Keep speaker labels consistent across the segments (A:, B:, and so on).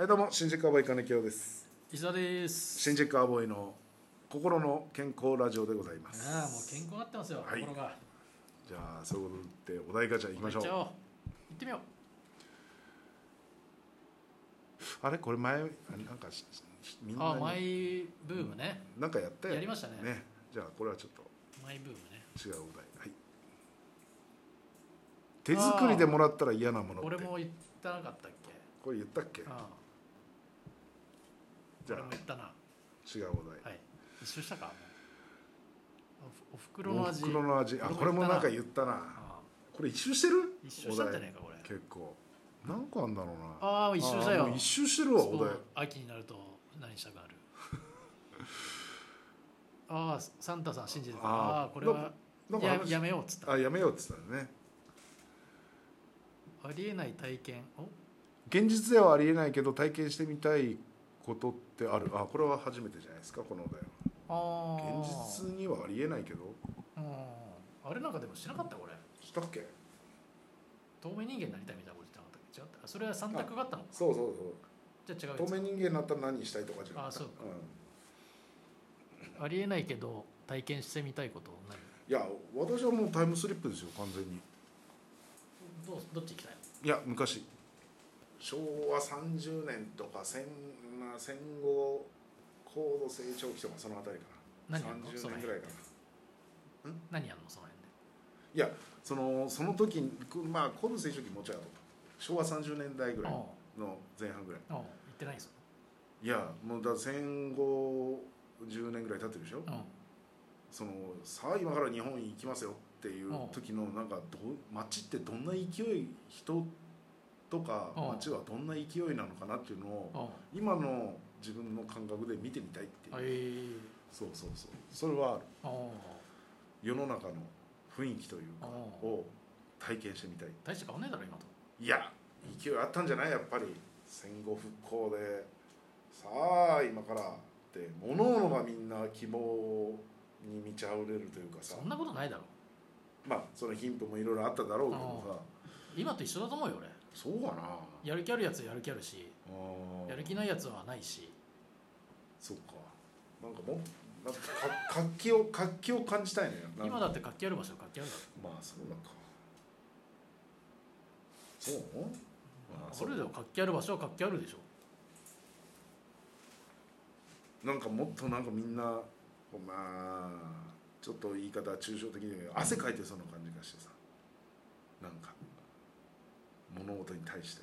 A: えどうも新宿アボイ金城です
B: 石田です
A: 新宿アボイの心の健康ラジオでございます
B: ああもう健康になってますよ、
A: はい
B: 心が
A: じゃあそういうことでお題ガチャいきましょ
B: 行っちゃ
A: う
B: おう行ってみよう
A: あれこれ前あなんかししみん
B: あ
A: な
B: あ
A: に
B: マイブームね、
A: なんかやったよ
B: やりましたね
A: ねじゃあこれはちょっと
B: マイブームね
A: 違うお題はい手作りでもらったら嫌なものって
B: 俺も言ったなかったっけ
A: これ言ったっけ
B: うん
A: じゃ
B: 俺も言ったな
A: あ違うお題
B: はい一緒したかもうおふお袋の
A: お
B: 味
A: 袋の味あこれもなんか言ったな
B: ああ
A: これ一周してる
B: 一緒したんじゃないかこれ
A: お題結構何個あんだろうな
B: ああ一緒したよ
A: あーもう一周してるわお題
B: そう秋になると何したくなるああサンタさん信じてた
A: ああ
B: ああこれは
A: なんか
B: や
A: 話
B: やめようっつった
A: あやめようって言ってたね
B: ありえない体験お
A: 現実ではありえないけど体験してみたいことってあるあこれは初めてじゃないですかこのお題
B: あ
A: は
B: ー
A: 現実にはありえないけど
B: うんあれなんかでもしなかったこれ
A: したっけ
B: 透明人間になりたいみたいなこと言ってなかったっけ違ったあそれは三択があったのか
A: そうそう
B: じゃあ違
A: そう
B: う
A: 透
B: や
A: 明人間になったら何したいとかじゃなくて
B: あそうか
A: ん、い
B: つありえないけど体験してみたいこと何
A: や私はもうタイムスリップですよ完全に
B: どうどっち行きたい
A: いや昔昭和30年とか戦,、まあ、戦後高度成長期とかその辺りかな
B: 何やんの
A: 30年ぐらいかな
B: 何やんのその辺で
A: そのその時にくまあ高度成長期もうちょい後昭和30年代ぐらい
B: あ
A: の前半ぐらい
B: あああ行ってないぞ
A: いやもうだから戦後10年ぐらい経ってるでしょ
B: うん
A: そのさあ今から日本に行きますよっていう
B: うん
A: 時のなんかど街ってどんな勢い人とか
B: うん
A: 街はどんな勢いなのかなっていうのを
B: あ
A: 今の自分の感覚で見てみたいっていう、
B: あええ
A: そうそうそうそれはある
B: あ
A: 世の中の雰囲気という
B: ああ
A: か
B: あ
A: を体験してみたい
B: 大して変わんないだろ今と
A: いや勢いあったんじゃないやっぱり戦後復興でさあ今からって各々がみんな希望に満ちあふれるというかさ
B: そんなことないだろ
A: まあその貧富もいろいろあっただろうけどさ
B: 今と一緒だと思うよ俺
A: そうかなあ
B: やる気あるやつはやる気あるし
A: ー
B: やる気ないやつはないし
A: そうかなんかもうなんかか活気を活気を感じたいねなんか
B: 今だって活気ある場所は活気あるだ
A: まあそうなのかそうま
B: ろ
A: あ
B: そ
A: そう
B: れでも活気ある場所は活気あるでしょ
A: なんかもっとなんかみんなこうまあちょっと言い方は抽象的に汗かいてそうな感じがしてさなんか物事に対して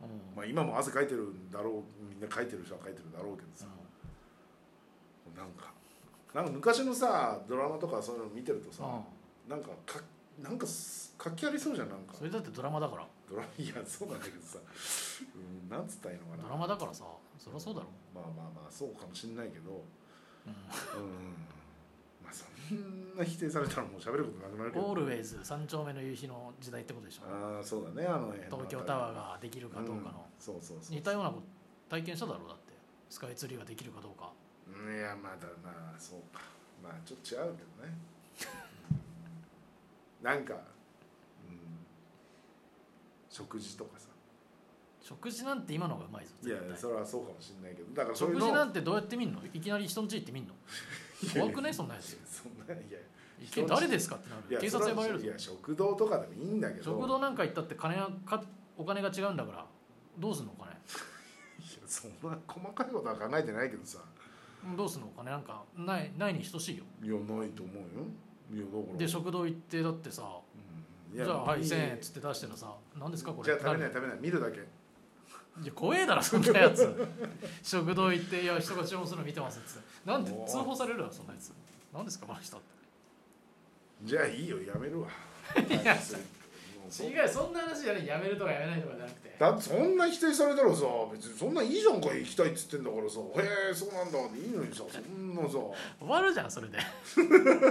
B: うん
A: まあ今も汗かいてるんだろうみんなかいてる人はかいてるんだろうけどさ
B: う
A: なんかなんか昔のさドラマとかそういうの見てるとさ
B: んうん
A: なんかかなんかす活気ありそうじゃんなんか
B: それだってドラマだから
A: ドラいやそうなんだけどさ、うん、なんつったらいいのかな
B: ドラマだからさそりゃそうだろ
A: まあまあまあそうかもしんないけど
B: うん
A: うんまあそんな否定されたらもう喋ることなくなるけ
B: オ
A: ど
B: ールウェイズ三丁目の夕日の時代ってことでしょ
A: ああそうだねあの辺の
B: 東京タワーができるかどうかの、
A: んそうそうそう
B: 似たようなこと体験しただろうだってスカイツリーができるかどうか
A: うんいやまだまあそうかまあちょっと違うけどねうんなんか、うん、食事とかさ
B: 食事なんて今の方がうまいぞ
A: いや
B: 絶対
A: それはそうかもしれないけどだからそうい
B: 食
A: うの
B: 事なんてどうやって見んのいきなり人の家行って見んの
A: いやいや
B: 怖くないそんなやつ
A: そんないや
B: 一見誰ですかってなる
A: いや
B: 警察呼ばれる
A: そ
B: ぞ
A: はや食堂とかでもいいんだけど
B: 食堂なんか行ったって金がかお金が違うんだからどうすんのお金
A: いやそんな細かいことは考えてないけどさ
B: うんどうすんのお金なんかないないに等しいよ
A: いやないと思うよいやだから
B: で食堂行ってだってさ
A: うんい
B: じ
A: や
B: ゃあはい
A: いい
B: 1000円っつって出してるのさ何ですかこれ
A: じゃあ食べ
B: な
A: ない
B: る
A: 食べない見るだけ
B: いや怖えだろそんなやつ 食堂行っていや人が注文するの見てますっつってなんで
A: おー
B: 通報されるだろそんなやつ何ですかこの人って
A: じゃあいいよやめる わ
B: いや
A: もうそ
B: 違うそんな話じゃないやめるとかやめないとかじゃなくて
A: だってそんな否定されたらさ別にそんないいじゃんか行きたいっつってんだからさへえそうなんだでいいのにさそんなさ
B: 終わるじゃんそれで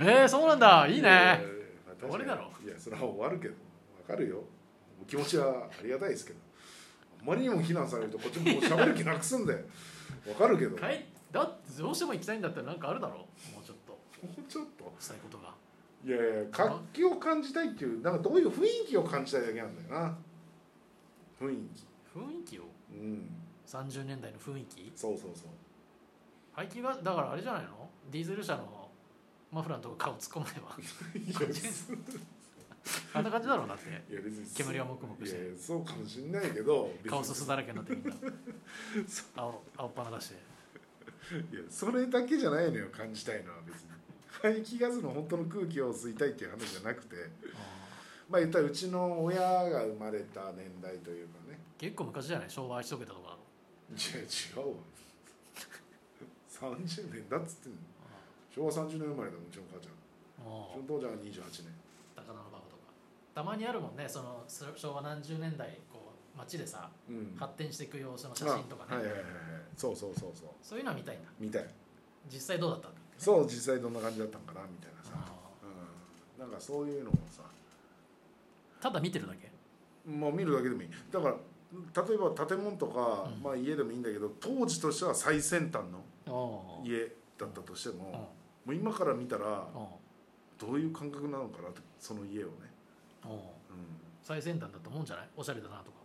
B: えー、そうなんだいいね終わりだろ
A: いやそれは終わるけどわかるよお気持ちはありがたいですけどあまりにも非難されるとこっちももう喋る気なくすんでわかるけどもう
B: かいだってどうしても行きたいんだったらなんかあるだろうもうちょっと
A: ちょっと
B: したいことが
A: いやいや活気を感じたいっていうなんかどういう雰囲気を感じたいだけなんだよな雰囲気
B: 雰囲気を
A: うん
B: 30年代の雰囲気
A: そうそうそう
B: 排気がだからあれじゃないのディーゼル車のマフラーのとこ顔突っ込めれば
A: いや別に
B: あんな感じだろうなって
A: いや別に
B: 煙はもくもくして
A: いやいやそうかもしんないけど別に
B: 顔すすだらけになって みんな青青っぱな出して
A: いやそれだけじゃないのよ感じたいのは別に排気ガスの本当の空気を吸いたいっていう話じゃなくて
B: あ
A: まあ言ったらうちの親が生まれた年代というかね
B: ー結構昔じゃない昭和一桁とかだろ
A: 違う違うわ30年だっつってんの
B: あ
A: 昭和30年生まれだもんうちの母ちゃん
B: ーも
A: う
B: う
A: ちの父ちゃんが28年
B: 高田馬場とかたまにあるもんねそのそ昭和何十年代こう街でさ
A: うん
B: 発展していく様子の写真とかね、
A: あはいはいはいはいそうそうそうそう
B: そういうのは見たいんだ
A: みたい
B: 実際どうだったんだってね
A: そう実際どんな感じだったんかなみたいなさ、
B: あ
A: うん、なんかそういうのをさ
B: ーただ見てるだけ
A: まあ見るだけでもいいだから例えば建物とか、
B: うん
A: まあ、家でもいいんだけど当時としては最先端の
B: お
A: 家だったとして
B: お
A: も
B: お、
A: もう今から見たら
B: お
A: どういう感覚なのかなってその家をね、
B: お
A: う
B: 最先端だと思うんじゃないおしゃれだなとか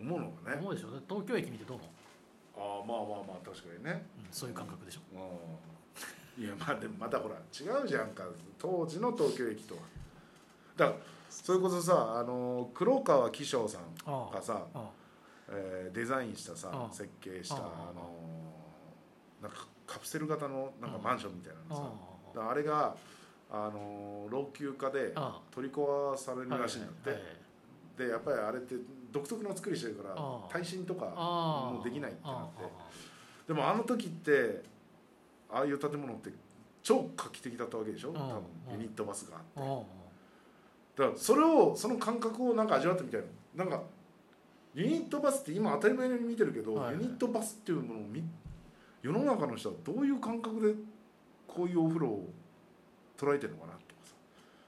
A: ん、思うのがね
B: 思うでしょだって東京駅見てどう思う、
A: ああまあまあまあ確かにね
B: うん、そういう感覚でしょ
A: うんいやまあでもまたほら違うじゃんか当時の東京駅とはだからそれこそさあの黒川紀章さん
B: あ
A: がさ、
B: あ
A: えーデザインしたさ
B: ああ
A: 設計したあ
B: ああ
A: のーなんかカプセル型のなんか
B: うん
A: マンションみたい
B: あ
A: なのさだからあれがあのー老朽化で
B: あ
A: 取り壊される
B: あ
A: らしいんだって、
B: はいはいはい
A: でやっぱりあれって独特の作りしてるから
B: ああ
A: 耐震とか
B: あー
A: もうできないってなって
B: あー
A: でもあの時ってああいう建物って超画期的だったわけでしょ
B: う
A: 多
B: ん
A: 分
B: うん
A: ユニットバスが
B: あーあーおう
A: だからそれをその感覚をなんか味わってみたいのなんかユニットバスって今当たり前のように見てるけど、
B: はいは
A: ユ
B: い
A: ニットバスっていうものを見世の中の人はどういう感覚でこういうお風呂を捉えてるのかなとかさ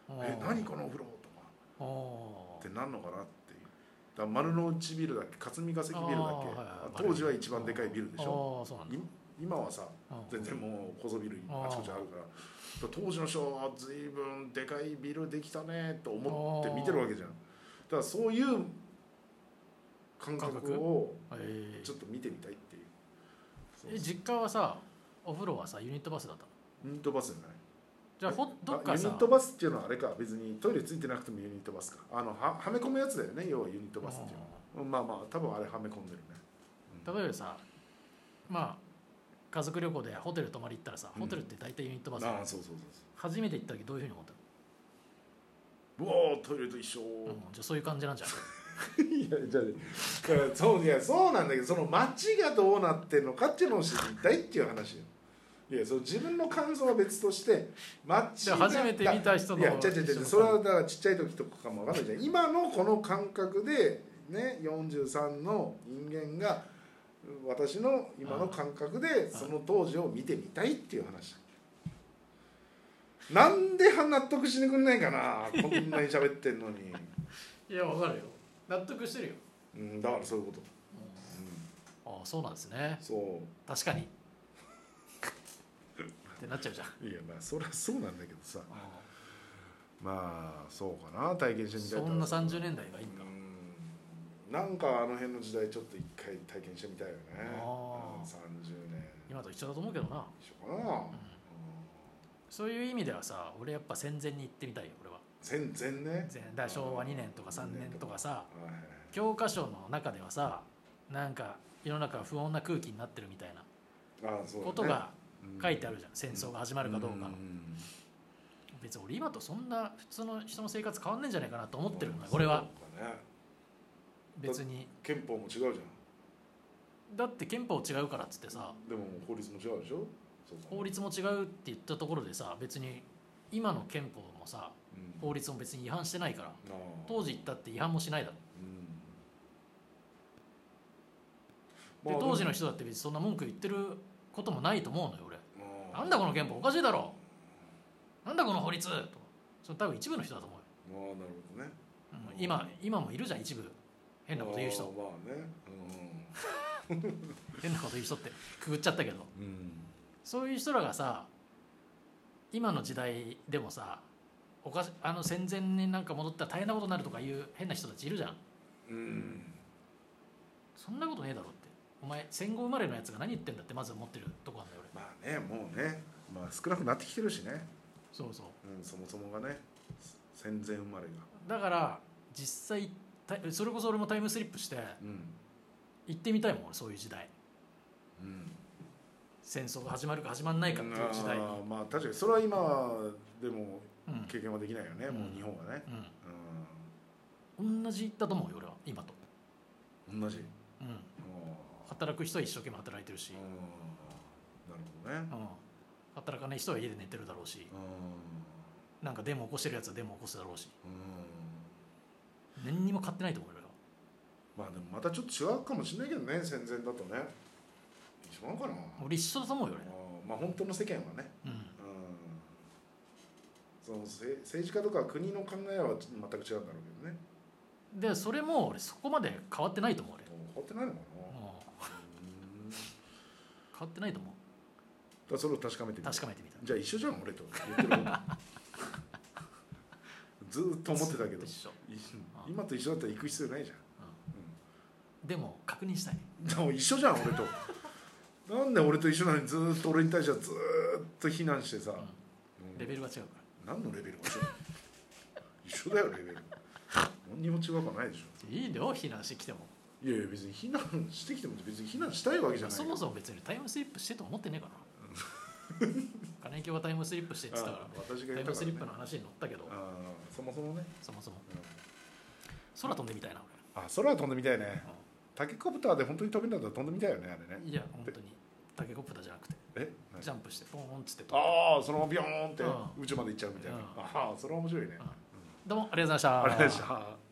B: おう
A: 「え何このお風呂?」とか
B: おお
A: ってなんのかなっていうだから丸の内ビルだっけ霞ヶ関ビルだっけ、
B: あー
A: 当時は一番でかいビルでしょ
B: ょああそうなんだ
A: い今はさ
B: うん
A: 全然もう高層ビルあちこちあるから当時の人は随分でかいビルできたねと思って見てるわけじゃんだからそういう感
B: 感
A: 覚
B: 覚
A: を
B: え
A: ちょっと見てみたいっていうそう
B: え実家はさお風呂はさユニットバスだったの
A: ユニットバスじゃない
B: じゃあほどっか
A: あユニ
B: さ
A: ットバスっていうのはあれか別にトイレついてなくてもユニットバスかあのははめ込むやつだよね要はユニットバスっていうのはうんまあまあ多分あれはめ込んでるね
B: うん例えばさまあ家族旅行でホテル泊まり行ったらさ、
A: うん
B: ホテルって大体ユニットバス
A: ああそうそうそう
B: 初めて行った時どういうふうに思った
A: そううおートイレと一緒、
B: の、うん、じゃあそういう感じなんじゃん
A: いやじゃあねだからそういやそうなんだけどその街がどうなってんのかっていうのを知りたいっていう話よいやその自分の感想は別として街
B: じゃ
A: が
B: あ初めて見た人の
A: いや違う違う
B: 人
A: 違う
B: の
A: それはだからちっちゃい時とかかもわかんないじゃん今のこの感覚でね43の人間が私の今の感覚でその当時を見てみたいっていう話なんで納得してくんないかなこんなに喋ってんのに、
B: いやわかるよ納得してるよ、
A: うん、だからそういうこと、
B: う
A: うん
B: んああそうなんですね
A: そ
B: 確かにってなっちゃうじゃん
A: ういやまあそりゃそうなんだけどさ
B: あ
A: まあそうかな体験し
B: あ
A: てみたい
B: そんな30年代がいいんだ、
A: うんなんかあの辺の時代ちょっと一回体験してみたいよね
B: あー
A: うん30年
B: 今と一緒だと思うけどな、
A: 一緒かな、うん
B: うん、そういう意味ではさ俺やっぱ戦前に行ってみたいよ俺は
A: 全然ね
B: 前だ昭和2年とか3年とかさ
A: はいはい
B: 教科書の中ではさなんか世の中不穏な空気になってるみたいな
A: あーそうだね
B: ことが書いて
A: あ
B: あるじゃん、戦争が始まるかどうか、別に俺今とそんな普通の人の生活変わんねえんじゃないかなと思ってるんだ、俺は別に
A: 憲法も違うじゃん
B: だって憲法違うからっつってさ
A: でも法律も違うでしょそうか
B: 法律も違うって言ったところでさ別に今の憲法もさ
A: うん
B: 法律も別に違反してないから
A: なあ
B: 当時言ったって違反もしないだろ
A: うんまあ
B: で当時の人だって別にそんな文句言ってることもないと思うのよ俺
A: うん
B: なんだこの憲法おかしいだろなんだこの法律とかそれ多分一部の人だと思うよ、
A: ああなるほどね
B: うん今今もいるじゃん一部変なこと言う
A: あ
B: 人
A: ーまあね
B: 変なこと言う人ってくぐっちゃったけど
A: うん、うん、
B: そういう人らがさ今の時代でもさおかしあの戦前になんか戻ったら大変なことになるとかいう変な人たちいるじゃん
A: うん
B: そんなことねえだろってお前戦後生まれのやつが何言ってんだってまず思ってるとこあんだよ俺
A: まあねもうね、まあ、少なくなってきてるしね、
B: そうそう
A: うん、そもそもがね戦前生まれが、
B: だから実際タイそれこそ俺もタイムスリップして
A: うん
B: 行ってみたいもん俺そういう時代
A: うん、
B: 戦争が始まるか始まんないかっていう時代に
A: あーまあ確かにそれは今でも
B: うん
A: 経験はできないよね、
B: うん
A: もう日本はね、
B: うん、同じだと思うよ俺は今と、
A: うん、同じ
B: うん、
A: あー
B: 働く人は一生懸命働いてるし
A: あー、なるほどね
B: うん、働かない人は家で寝てるだろうしなんかデモ起こしてるやつはデモ起こすだろうし
A: うんうん
B: 何にも買ってないと思う俺
A: ま
B: は
A: あでもまたちょっと違うかもしれないけどね戦前だとね一番かな
B: 俺一緒だと思うよ
A: あーまあ本当の世間はね、
B: 俺、
A: う
B: うん、
A: ん、そのせ政治家とか国の考えは全く違うんだろうけどね
B: でそれも俺そこまで変わってないと思う俺、
A: 掘ってないのか
B: うん、
A: な
B: 変わ
A: うんだ
B: ってないと思
A: からそれを確かめて
B: う
A: みる
B: 確かめてみた
A: じゃあ一緒じゃん俺と言ってることずーっと思ってたけど
B: 一緒、
A: い今と一緒だったら行く必要ないじゃん
B: うん、でも確認したい
A: でも一緒じゃん俺となんで俺と一緒なのにずーっと俺に対してはずーっと非難してさ、うん
B: レベルが違うか
A: 何のレベルが一緒 一緒だよレベル何にも違うかないでしょ
B: らいいんだよ避難してきても
A: いやいや別に非難してきても別に非難したいわけじゃない
B: そもそも別にタイムスリップしてと思ってねえか な金井京はタイムスリップしてって言って
A: あ
B: たか
A: 私が言った
B: らタイム
A: か
B: ス
A: ら、
B: リ
A: ね
B: ップの、話に乗ったけど
A: あーそもそもね、
B: そもそも
A: うん
B: 空飛んでみたいな
A: あ空は飛んでみたいね
B: 俺、
A: タケコプターで本当に飛べるんだったら飛んでみたいよねあれね
B: いや本当にタケコプターじゃなくて
A: え何
B: ジャンプしてポーンっつって飛ぶ
A: ああそのままビョーンって
B: う
A: 宇宙まで行っちゃうみたいな、
B: うん
A: ああそれは面白いね、
B: どうもありがとうございました
A: あれでした